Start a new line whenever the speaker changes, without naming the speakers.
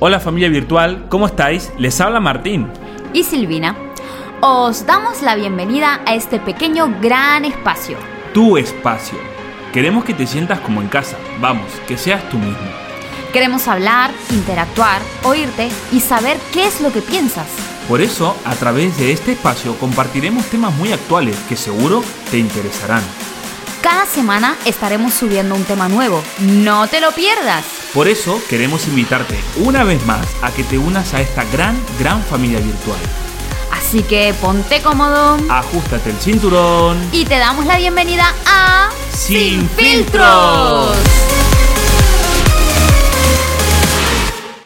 Hola familia virtual, ¿cómo estáis? Les habla Martín.
y Silvina, os damos la bienvenida a este pequeño gran espacio.
Tu espacio. Queremos que te sientas como en casa. Vamos, que seas tú mismo.
Queremos hablar, interactuar, oírte y saber qué es lo que piensas.
Por eso, a través de este espacio compartiremos temas muy actuales que seguro te interesarán.
Cada semana estaremos subiendo un tema nuevo, no te lo pierdas.
Por eso queremos invitarte una vez más a que te unas a esta gran, gran familia virtual.
Así que ponte cómodo
Ajustate el cinturón.
y te damos la bienvenida a
Sin
Filtros.